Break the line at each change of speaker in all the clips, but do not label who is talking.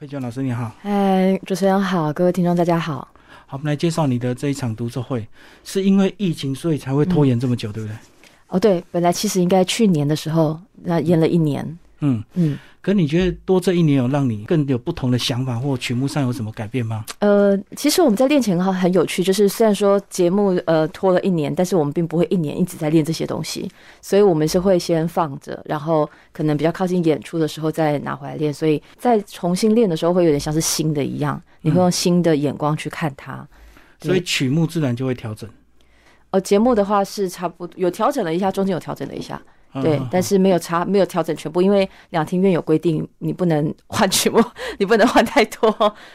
佩娟老师你好，
嗨，主持人好，各位听众大家好。
好，我们来介绍你的这一场读书会，是因为疫情所以才会拖延这么久，对不对？
哦，对，本来其实应该去年的时候，那延了一年。
嗯，
嗯，
可你觉得多这一年有让你更有不同的想法，或曲目上有什么改变吗？
呃，其实我们在练琴哈很有趣，就是虽然说节目呃拖了一年，但是我们并不会一年一直在练这些东西，所以我们是会先放着，然后可能比较靠近演出的时候再拿回来练，所以在重新练的时候会有点像是新的一样，你会用新的眼光去看它。对
所以曲目自然就会调整。
呃，节目的话是差不多有调整了一下，中间有调整了一下，
嗯
对
嗯，
但是没有差，没有调整全部，因为两厅院有规定，你不能 换曲目，你不能换太多。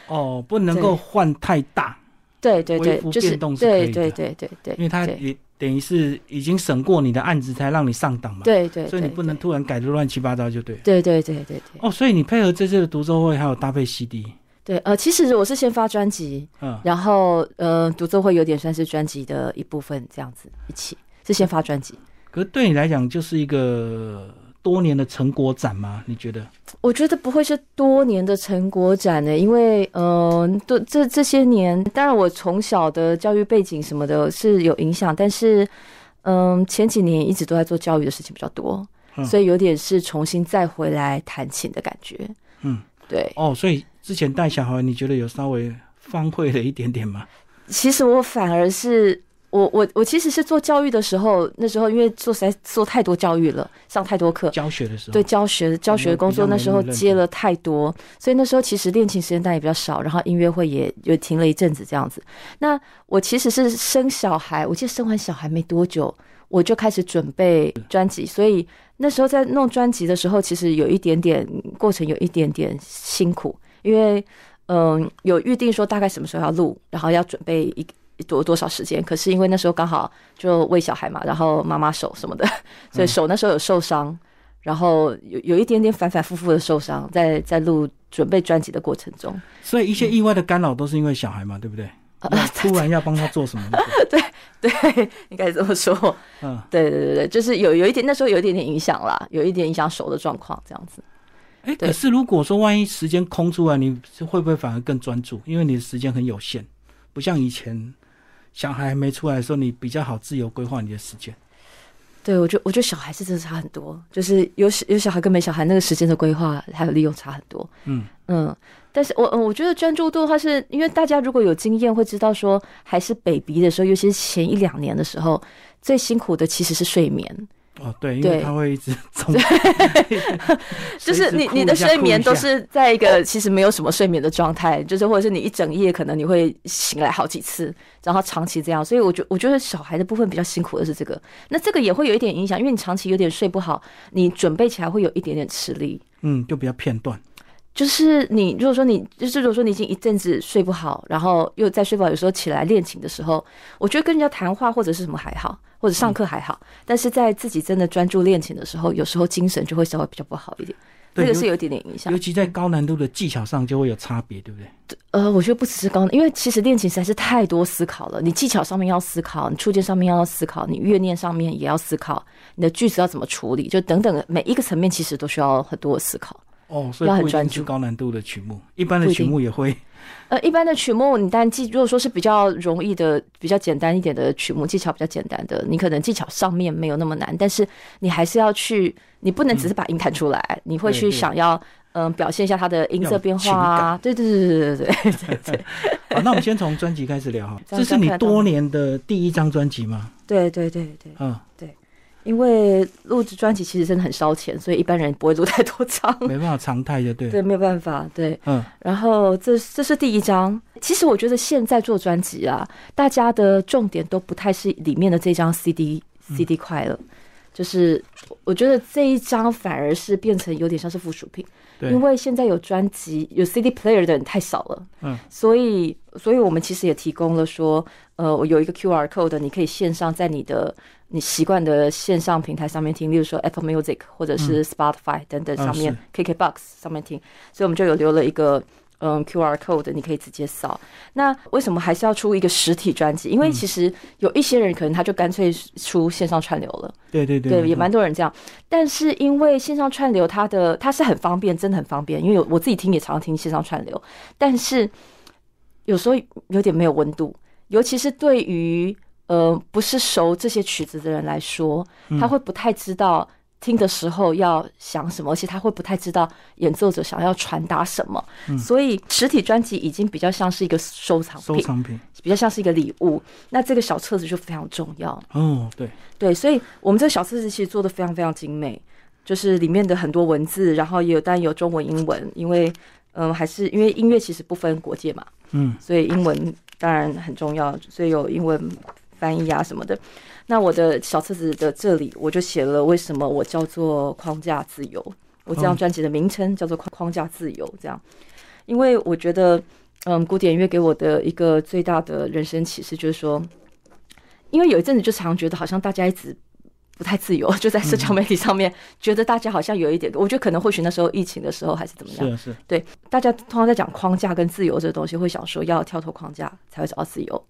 哦，不能够换太大，
对对对
微幅，
就是
变动是可
对
以的
对对对对，
因为它
对
也等于是已经审过你的案子才让你上档嘛。，
对对，
所以你不能
对
突然改的乱七八糟就对了。
对对对对对
哦，所以你配合这次的独奏会，还有搭配 CD，
对。呃，其实我是先发专辑，
嗯，
然后呃，独奏会有点算是专辑的一部分，这样子一起是先发专辑。
可是对你来讲就是一个多年的成果展吗？你觉得？
我觉得不会是多年的成果展呢、欸因为嗯，多、这这些年，当然我从小的教育背景什么的是有影响，但是嗯，前几年一直都在做教育的事情比较多，
嗯
所以有点是重新再回来弹琴的感觉。
嗯，
对，
哦，所以之前带小孩，你觉得有稍微方会了一点点吗？
其实我反而是。我我我其实是做教育的时候，那时候因为做实在做太多教育了，上太多课，
教学的时候，
呃对，教学教学工作
比较没
那时候
那么认
接
真
了太多，所以那时候其实练琴时间段也比较少，然后音乐会也也停了一阵子这样子。那我其实是生小孩，我记得生完小孩没多久，我就开始准备专辑，所以那时候在弄专辑的时候，其实有一点点过程有一点点辛苦，因为嗯有预定说大概什么时候要录，然后要准备一。多多少时间？可是因为那时候刚好就喂小孩嘛，然后妈妈手什么的，
嗯
所以手那时候有受伤，然后有有一点点反反复复的受伤，在在录准备专辑的过程中，
所以一些意外的干扰都是因为小孩嘛，对不对？
呃
要突然要帮他做什么？
对，应该这么说，
嗯，
对对对对，就是有有一点那时候有一点点影响啦，有一点影响手的状况这样子。
哎，
对
可是如果说万一时间空出来，你是会不会反而更专注？因为你的时间很有限，不像以前小孩还没出来的时候，你比较好自由规划你的时间。
对，我觉得我觉得小孩是真的差很多，就是有小有小孩跟没小孩那个时间的规划还有利用差很多。
嗯
嗯，但是我嗯我觉得专注度的话是，因为大家如果有经验会知道说，还是 baby 的时候，尤其是前一两年的时候，最辛苦的其实是睡眠。
哦，对，因为
对
他会一直中，
就是你你的睡眠都是在一个其实没有什么睡眠的状态，就是或者是你一整夜可能你会醒来好几次，然后长期这样，所以我觉我觉得小孩的部分比较辛苦的是这个，那这个也会有一点影响，因为你长期有点睡不好，你准备起来会有一点点吃力。
嗯，就比较片段。
就是你，如果说你就是如果说你已经一阵子睡不好，然后又再睡不好，有时候起来练琴的时候，我觉得跟人家谈话或者是什么还好，或者上课还好，但是在自己真的专注练琴的时候，有时候精神就会稍微比较不好一点，
对
这个是有一点点影响
尤。其在高难度的技巧上就会有差别，对不对？
呃，我觉得不只是高能，因为其实练琴实在是太多思考了。你技巧上面要思考，你触键上面要思考，你乐念上面也要思考，你的句子要怎么处理，就等等每一个层面其实都需要很多的思考。
哦，所以
要很
不一定
专
是
注
高难度的曲目，一般
不
的
一
曲
定
目也会
呃，一般的曲目，你单记，如果说是比较容易的、比较简单一点的曲目，技巧比较简单的，你可能技巧上面没有那么难，但是你还是要去，你不能只是把音弹出来，你会
嗯对
去
对
想要嗯、表现一下它的音
要
色
有
变
情
化啊，对对对对对对。
好，那我们先从专辑开始聊哈。
这
这
样
是你
这样看得到吗
多年的第一张专辑 吗？
对对对对，
嗯，
因为录制专辑其实真的很烧钱，所以一般人不会录太多张。
没办法常态的，对。
对，没有办法，对。
嗯，
然后这这是第一张，其实我觉得现在做专辑啊，大家的重点都不太是里面的这张 CD CD 快乐，就是我觉得这一张反而是变成有点像是附属品，
对。
因为现在有专辑有 CD player 的人太少了，
嗯，
所以所以我们其实也提供了说，呃，我有一个 QR code，你可以线上在你的你习惯的线上平台上面听，例如说 Apple Music 或者是 Spotify 等等
啊
上面、
是
KKBox 上面听，所以我们就有留了一个。嗯 QR code，你可以直接扫。那为什么还是要出一个实体专辑？因为其实有一些人可能他就干脆出线上串流了。
对对对，
对，也
嗯
蛮多人这样。但是因为线上串流，它的它是很方便，真的很方便。因为有我自己听也常听线上串流，但是有时候有点没有温度，尤其是对于呃不是熟这些曲子的人来说，
嗯
他会不太知道。听的时候要想什么，而且他会不太知道演奏者想要传达什么，所以实体专辑已经比较像是一个收
嗯
藏
收
品，
藏品
比较像是一个礼物。那这个小册子就非常重要。
哦，对，
对，所以我们这个小册子其实做的非常非常精美，就是里面的很多文字，然后也有当然有中文、英文，因为嗯，还是因为音乐其实不分国界嘛，
嗯，
所以英文当然很重要，所以有英文翻译啊什么的。那我的小册子的这里我就写了为什么我叫做框架自由，我这张
嗯
专辑的名称叫做框框架自由，这样，因为我觉得嗯，古典音乐给我的一个最大的人生启示就是说，因为有一阵子就常觉得好像大家一直不太自由， 就在社交媒体上面、觉得大家好像有一点，我觉得可能或许那时候疫情的时候还是怎么
是
样，
啊是啊，
对，大家通常在讲框架跟自由这个东西，会想说要跳脱框架才会找到自由。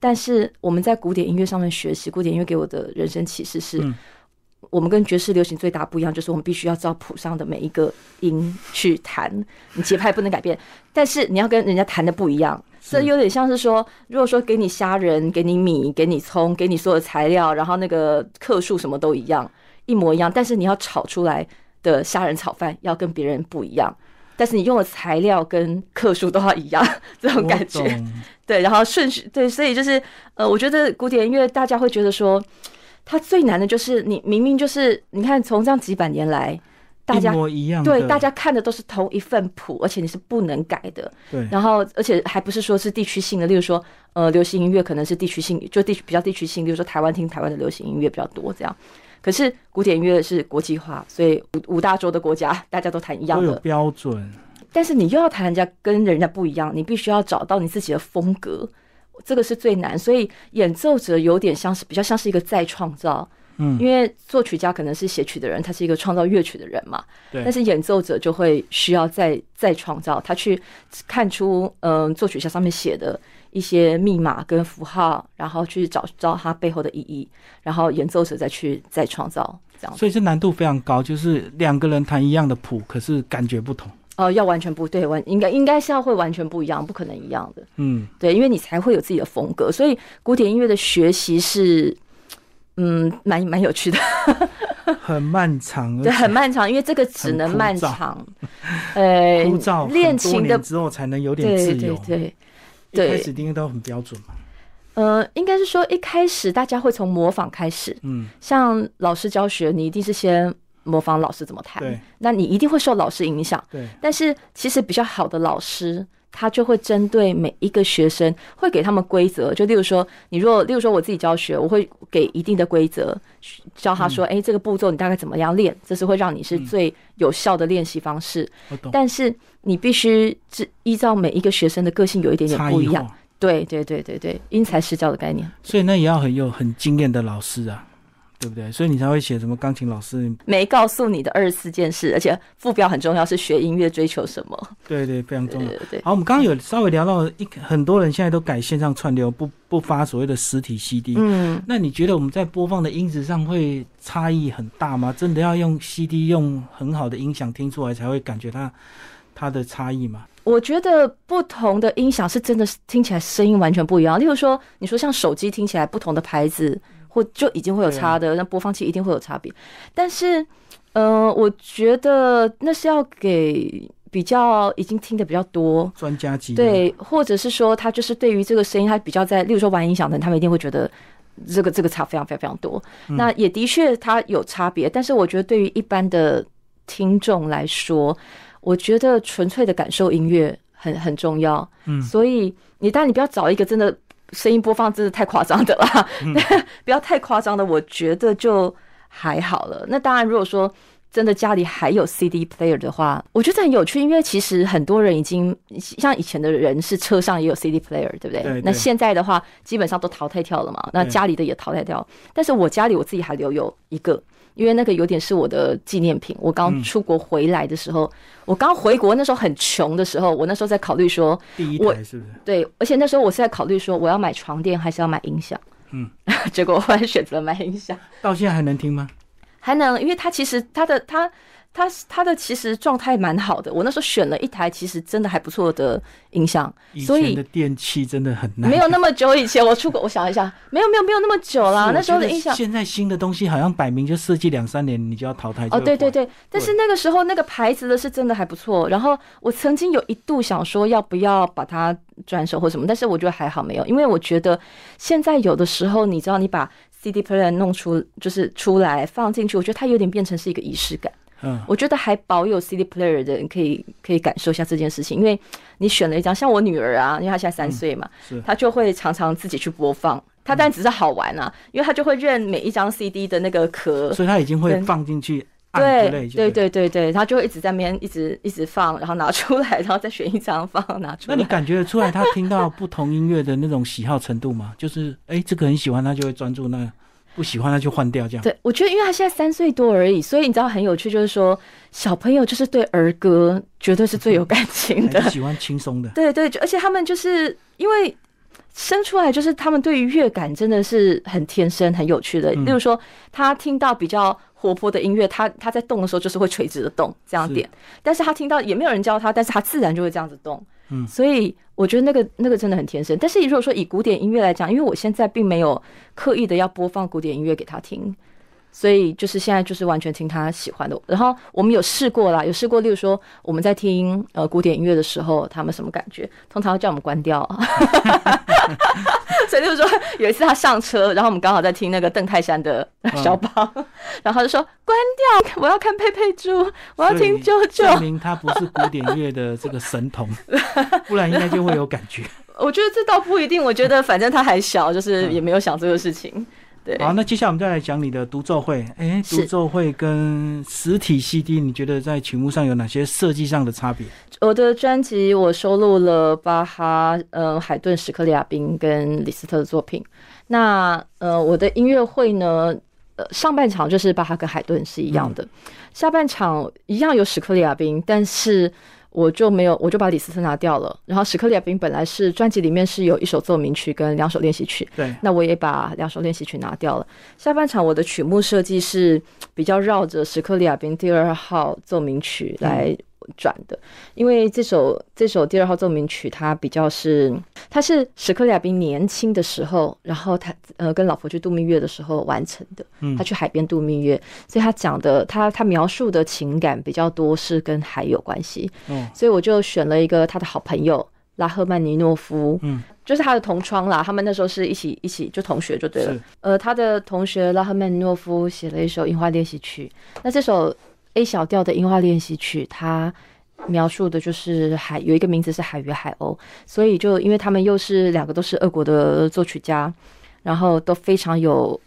但是我们在古典音乐上面学习，古典音乐给我的人生启示是，
嗯
我们跟爵士流行最大不一样，就是我们必须要照谱上的每一个音去弹，你节拍不能改变，但是你要跟人家弹的不一样。这有点像是说，如果说给你虾仁、给你米、给你葱、给你所有材料，然后那个克数什么都一样，一模一样，但是你要炒出来的虾仁炒饭要跟别人不一样，但是你用的材料跟克数都要一样，这种 感觉
我。懂
对，然后顺序对，所以就是呃，我觉得古典音乐大家会觉得说，它最难的就是你明明就是你看从这样几百年来， 大家
一模一样的，
对大家看的都是同一份谱，而且你是不能改的，
对
然后而且还不是说是地区性的，例如说呃，流行音乐可能是地区性，就地区比较地区性，例如说台湾听台湾的流行音乐比较多这样。可是古典音乐是国际化，所以五五大洲的国家大家都弹一样
都
的
有标准，
但是你又要谈人家跟人家不一样，你必须要找到你自己的风格，这个是最难。所以演奏者有点像是比较像是一个再创造，
嗯
因为作曲家可能是写曲的人，他是一个创造乐曲的人嘛，
对
但是演奏者就会需要再再创造，他去看出嗯、呃作曲家上面写的一些密码跟符号，然后去找找它背后的意义，然后演奏者再去再创造这样子。
所以这难度非常高，就是两个人弹一样的谱，可是感觉不同，
哦、要完全不对，完应该应该是要会完全不一样，不可能一样的。
嗯，
对，因为你才会有自己的风格，所以古典音乐的学习是，嗯，蛮蛮有趣的，
很漫长，
对，很漫长，因为这个只能
很枯燥
漫长， 呃
枯燥，，
练琴的，
之后才能有点
对
自
对
由，
对
一开
对，
始定义都很标准嘛，
呃，应该是说一开始大家会从模仿开始，
嗯，
像老师教学，你一定是先模仿老师怎么弹
对，
那你一定会受老师影响，
对，
但是其实比较好的老师，他就会针对每一个学生，会给他们规则。就例如说，你如果例如说我自己教学，我会给一定的规则，教他说，哎、这个步骤你大概怎么样练，这是会让你是最有效的练习方式。
我懂，
但是你必须只依照每一个学生的个性有一点点
差
不
异
一样。
化，
对对对对对，因材施教的概念，
所以那也要很有很经验的老师啊，对不对？所以你才会写什么钢琴老师，
没告诉你的二十四件事，而且副标很重要，是学音乐追求什么？
对对，非常重要。
对对
好，我们刚刚有稍微聊到一，很多人现在都改线上串流，不不发所谓的实体 CD。
嗯。
那你觉得我们在播放的音质上会差异很大吗？真的要用 CD 用很好的音响听出来才会感觉它它的差异吗？
我觉得不同的音响是真的是听起来声音完全不一样。例如说，你说像手机听起来不同的牌子，或就已经会有差的，那播放器一定会有差别。但是，呃，我觉得那是要给比较已经听的比较多，
专家级的，
对，或者是说他就是对于这个声音，他比较在，例如说玩音响的人，他们一定会觉得这个这个差非常非常非常多。那也的确它有差别，但是我觉得对于一般的听众来说，我觉得纯粹的感受音乐很很重要。
嗯
所以你当然你不要找一个真的声音播放真的太夸张的啦，
嗯
不要太夸张的，我觉得就还好了。那当然，如果说真的家里还有 CD player 的话，我觉得很有趣，因为其实很多人已经像以前的人是车上也有 CD player，对不
对
对？
对
那现在的话，基本上都淘汰掉了嘛，那
对
家里的也淘汰掉。但是我家里我自己还留有一个，因为那个有点是我的纪念品。我
嗯
刚出国回来的时候，我刚回国那时候很穷的时候，我那时候在考虑说，
第一
我
台是不是？
对，而且那时候我是在考虑说我要买床垫还是要买音响，
嗯，
结果我后来选择了买音响。
到现在还能听吗？
还能，因为它其实它的它它它的其实状态蛮好的。我那时候选了一台其实真的还不错的音响，
以
所
前的
以
电器真的很难。
没有那么久以前我出国，我想一下，没有没有没有那么久啦
是，
那时候
我
的
觉得
音响。
现在新的东西好像摆明就设计两三年，你就要淘汰。
哦，对对，对，
对
但是那个时候那个牌子的是真的还不错。然后我曾经有一度想说要不要把它转手或什么，但是我觉得还好没有，因为我觉得现在有的时候你知道，你把 CD player 弄出就是出来放进去，我觉得它有点变成是一个仪式感。
嗯，
我觉得还保有 CD player 的人可以可以感受一下这件事情，因为你选了一张，像我女儿啊，因为她现在三岁嘛，
是
她就会常常自己去播放。她当然只是好玩啊，因为她就会认每一张 CD 的那个壳，
所以它已经会
跟
放进去按之类
对
就对。
对对对对，她就会一直在那边一直一直放，然后拿出来，然后再选一张放拿出
那你
来。
感觉得出来他听到不同音乐的那种喜好程度吗？ 就是哎、诶这个很喜欢，他就会专注；那个不喜欢，他就换掉这样。
对，我觉得因为她现在三岁多而已，所以你知道很有趣，就是说小朋友就是对儿歌绝对是最有感情 的
还。是喜欢轻松的。
对对，就而且他们就是因为生出来，就是他们对于乐感真的是很天生、很有趣的。
嗯
例如说，他听到比较活泼的音乐，他他在动的时候就是会垂直的动这样
是
点，但是他听到也没有人教他，但是他自然就会这样子动。
嗯
所以我觉得那个那个真的很天生。但是如果说以古典音乐来讲，因为我现在并没有刻意的要播放古典音乐给他听，所以就是现在就是完全听他喜欢的。然后我们有试过啦，有试过，例如说我们在听呃古典音乐的时候，他们什么感觉？通常会叫我们关掉。 所以就是说，有一次他上车，然后我们刚好在听那个邓泰山的《小宝》然后他就说关掉，我要看佩佩猪，我要听舅舅。
证明他不是古典乐的这个神 童，不然应该就会有感觉。
我觉得这倒不一定，我觉得反正他还小，就是也没有想这个事情。对，
好，那接下来我们再来讲你的独奏会。哎、
是
独奏会跟实体 CD，你觉得在曲目上有哪些设计上的差别？
我的专辑我收录了巴哈、呃海顿、史克里亚宾跟李斯特的作品。那呃，我的音乐会呢，呃，上半场就是巴哈跟海顿是一样的，下半场一样有史克里亚宾，但是我就没有，我就把李斯特拿掉了。然后史克里亚宾本来是专辑里面是有一首奏鸣曲跟两首练习曲，
对，
那我也把两首练习曲拿掉了。下半场我的曲目设计是比较绕着史克里亚宾第二号奏鸣曲来转的，因为这首这首第二号奏鸣曲它比较是它是史克里亚宾年轻的时候，然后他呃跟老婆去度蜜月的时候完成的
嗯。
他去海边度蜜月，所以他讲的他他描述的情感比较多是跟海有关系，
哦，
所以我就选了一个他的好朋友拉赫曼尼诺夫，
嗯，
就是他的同窗啦，他们那时候是一起一起就同学就对了
是。
呃，他的同学拉赫曼尼诺夫写了一首樱花练习曲，那这首 A 小调的樱花练习曲，它描述的就是海有一个名字是海与海鸥，所以就因为他们又是两个都是俄国的作曲家，然后都非常有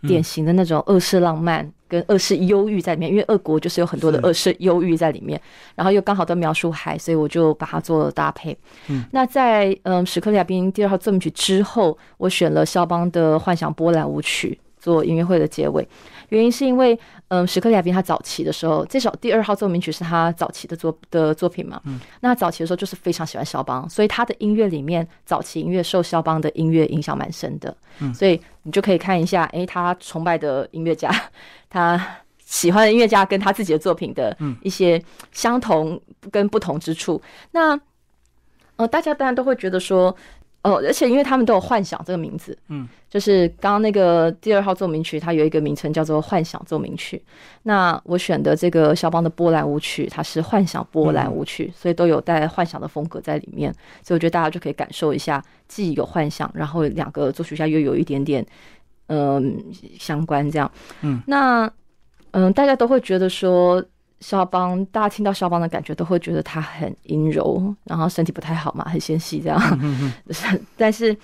嗯
典型的那种俄式浪漫跟俄式忧郁在里面，因为俄国就是有很多的
是
俄式忧郁在里面，然后又刚好都描述海，所以我就把它做了搭配。
嗯，
那在嗯史克里亚宾第二号奏鸣曲之后，我选了肖邦的幻想波兰舞曲做音乐会的结尾，原因是因为嗯史克里亚宾他早期的时候，这首第二号奏鸣曲是他早期的作的作品嘛，那早期的时候就是非常喜欢肖邦，所以他的音乐里面早期音乐受肖邦的音乐影响蛮深的，
嗯
所以你就可以看一下，诶，他崇拜的音乐家， 他喜欢的音乐家跟他自己的作品的
嗯
一些相同跟不同之处。那呃，大家当然都会觉得说，哦、而且因为他们都有幻想这个名字，
嗯，
就是刚刚那个第二号奏鸣曲，它有一个名称叫做幻想奏鸣曲。那我选的这个肖邦的波兰舞曲，它是幻想波兰
嗯
舞曲，所以都有带幻想的风格在里面，所以我觉得大家就可以感受一下，既有幻想，然后两个作曲家又有一点点嗯相关这样。
嗯，
那嗯，大家都会觉得说。肖邦，大家听到肖邦的感觉都会觉得他很阴柔，然后身体不太好嘛，很纤细这样。 但是，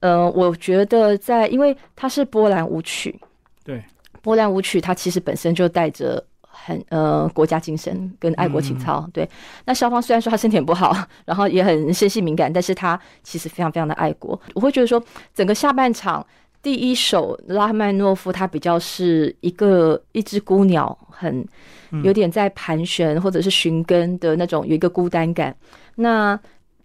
呃，我觉得在，因为它是波兰舞曲，
对，
波兰舞曲它其实本身就带着很呃国家精神跟爱国情操。对，那肖邦虽然说他身体很不好，然后也很纤细敏感，但是他其实非常非常的爱国。我会觉得说，整个下半场第一首拉赫曼诺夫他比较是一个一只孤鸟，很有点在盘旋或者是寻根的那种，有一个孤单感。那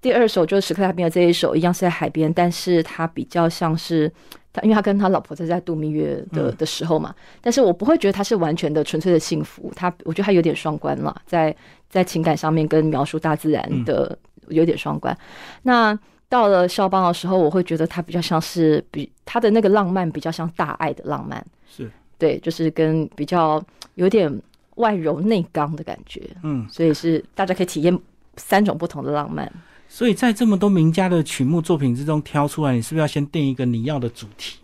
第二首就是史克拉宾的这一首，一样是在海边，但是他比较像是他，因为他跟他老婆在在度蜜月的的时候嘛，但是我不会觉得他是完全的纯粹的幸福，他我觉得他有点双关了，在在情感上面跟描述大自然的有点双关。那到了肖邦的时候，我会觉得他比较像是比他的那个浪漫比较像大爱的浪漫，
是，
对，就是跟比较有点外柔内刚的感觉，
嗯，
所以是大家可以体验三种不同的浪漫。
所以在这么多名家的曲目作品之中挑出来，你是不是要先定一个你要的主题，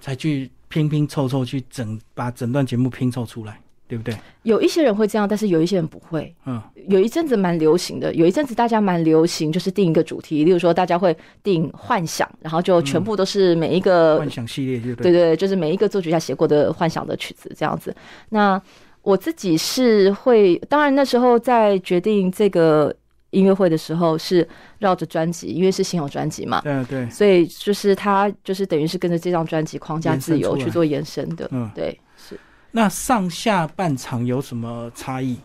才去拼拼凑凑去整把整段节目拼凑出来，对不对？
有一些人会这样，但是有一些人不会。
嗯，
有一阵子蛮流行的，有一阵子大家蛮流行，就是定一个主题，例如说大家会定幻想，然后就全部都是每一个、
嗯幻想系列对不
呃对
对？
对，就是每一个作曲家写过的幻想的曲子这样子。那我自己是会，当然那时候在决定这个音乐会的时候是绕着专辑，因为是先有专辑嘛，
对对，
所以就是它就是等于是跟着这张专辑框架自由
延伸出来
去做延伸的。
嗯
对，是。
那上下半场有什么差异？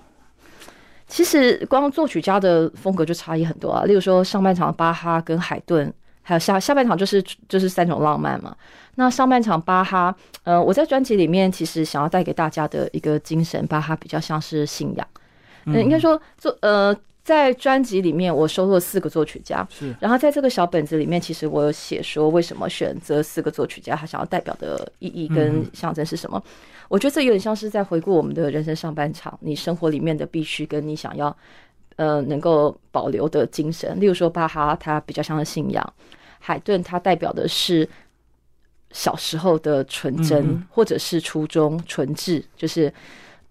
其实光作曲家的风格就差异很多啊，例如说上半场巴哈跟海顿，还有下下半场就是就是三种浪漫嘛。那上半场巴哈，呃，我在专辑里面其实想要带给大家的一个精神，巴哈比较像是信仰，嗯，应该说作呃在专辑里面我收录了四个作曲家，
是
然后在这个小本子里面，其实我有写说为什么选择四个作曲家，他想要代表的意义
嗯
跟象征是什么。我觉得这有点像是在回顾我们的人生上半场，你生活里面的必须跟你想要呃能够保留的精神。例如说巴哈，他比较像是信仰；海顿他代表的是小时候的纯真，
嗯嗯
或者是初衷纯质，就是。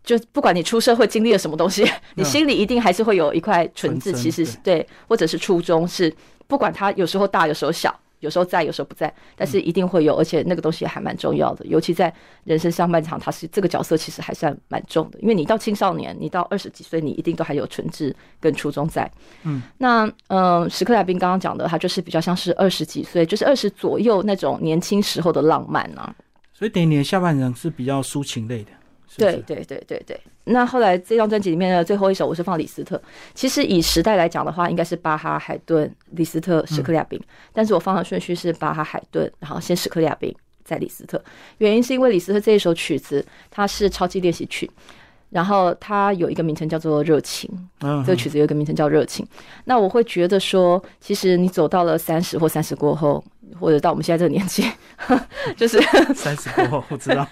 就不管你出社会经历了什么东西，
嗯
你心里一定还是会有一块纯质，
纯真
其实是对，或者是初衷是，不管它有时候大，有时候小，有时候在，有时候不在，但
嗯
是一定会有，而且那个东西还蛮重要的，尤其在人生上半场，它是这个角色其实还算蛮重的，因为你到青少年，你到二十几岁，你一定都还有纯质跟初衷在。
嗯，
那嗯、呃史克莱宾刚刚讲的，他就是比较像是二十几岁，就是二十左右那种年轻时候的浪漫啊。
所以等于你的下半场是比较抒情类的，是不是
对对对对对。那后来这张专辑里面的最后一首，我是放李斯特。其实以时代来讲的话，应该是巴哈、海顿、李斯特、史克利亚宾，但是我放的顺序是巴哈、海顿，然后先史克利亚宾，再李斯特。原因是因为李斯特这一首曲子，它是超级练习曲，然后它有一个名称叫做《热情》。
嗯，
这个曲子有一个名称叫《热情》。那我会觉得说，其实你走到了三十或三十过后，或者到我们现在这个年纪， 就是
三十过后我知 道，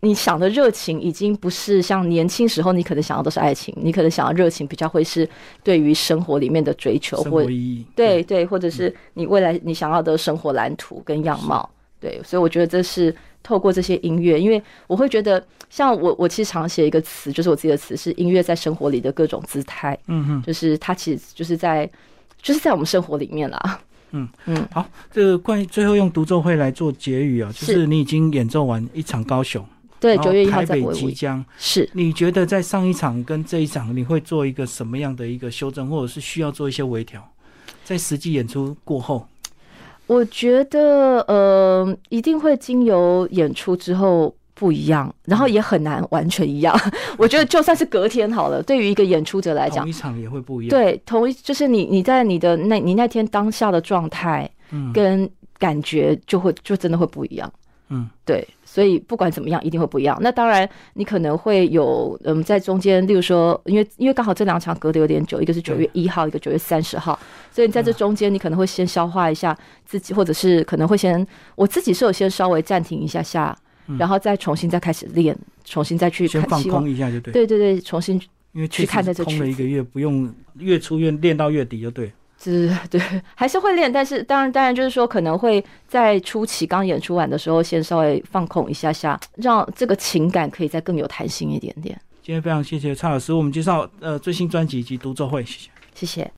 你想的热情已经不是像年轻时候，你可能想要都是爱情，你可能想要热情比较会是对于生活里面的追求，
生
或
活嗯意义
对对，或者是你未来你想要的生活蓝图跟样貌。对，所以我觉得这是透过这些音乐，因为我会觉得，像我我其实常写一个词，就是我自己的词是音乐在生活里的各种姿态，
嗯哼，
就是它其实就是在就是在我们生活里面啦。
嗯好，这个关于最后用独奏会来做结语啊，就是是你已经演奏完一场高雄，
对，
然后
九月一号
哦台
在
北
维
即
维
将，
是。
你觉得在上一场跟这一场，你会做一个什么样的一个修正，或者是需要做一些微调？在实际演出过后，
我觉得呃，一定会经由演出之后不一样，然后也很难完 全一样。我觉得就算是隔天好了，对于一个演出者来讲
同一，场也会不一样。，
对同一就是你你在你的那你那天当下的状态
嗯
跟感觉就会就真的会不一样。
嗯，
对，所以不管怎么样，一定会不一样。那当然，你可能会有，嗯，在中间，例如说，因为因为刚好这两场隔得有点久，一个是九月一号，一个九月三十号，所以你在
嗯
这中间，你可能会先消化一下自己，或者是可能会先，我自己是有先稍微暂停一下下，然后再重新再开始练，重新再去
嗯先
看，
放
希望
空一下就对，
对对对，重新
因为
去看在这
空
曲
了一个月，不用月初月练到月底就对。
对对，还是 会练，但是当然当然就是说，可能会在初期刚演出完的时候，先稍微放空一下下，让这个情感可以再更有弹性一点点。
今天非常谢谢蔡老师，为我们介绍呃最新专辑以及独奏会，谢谢。
谢谢。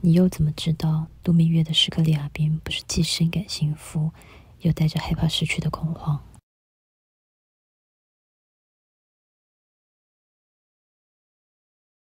你又怎么知道啊度蜜月的时刻里亚宾不是既深感幸福，又带着害怕失去的恐慌？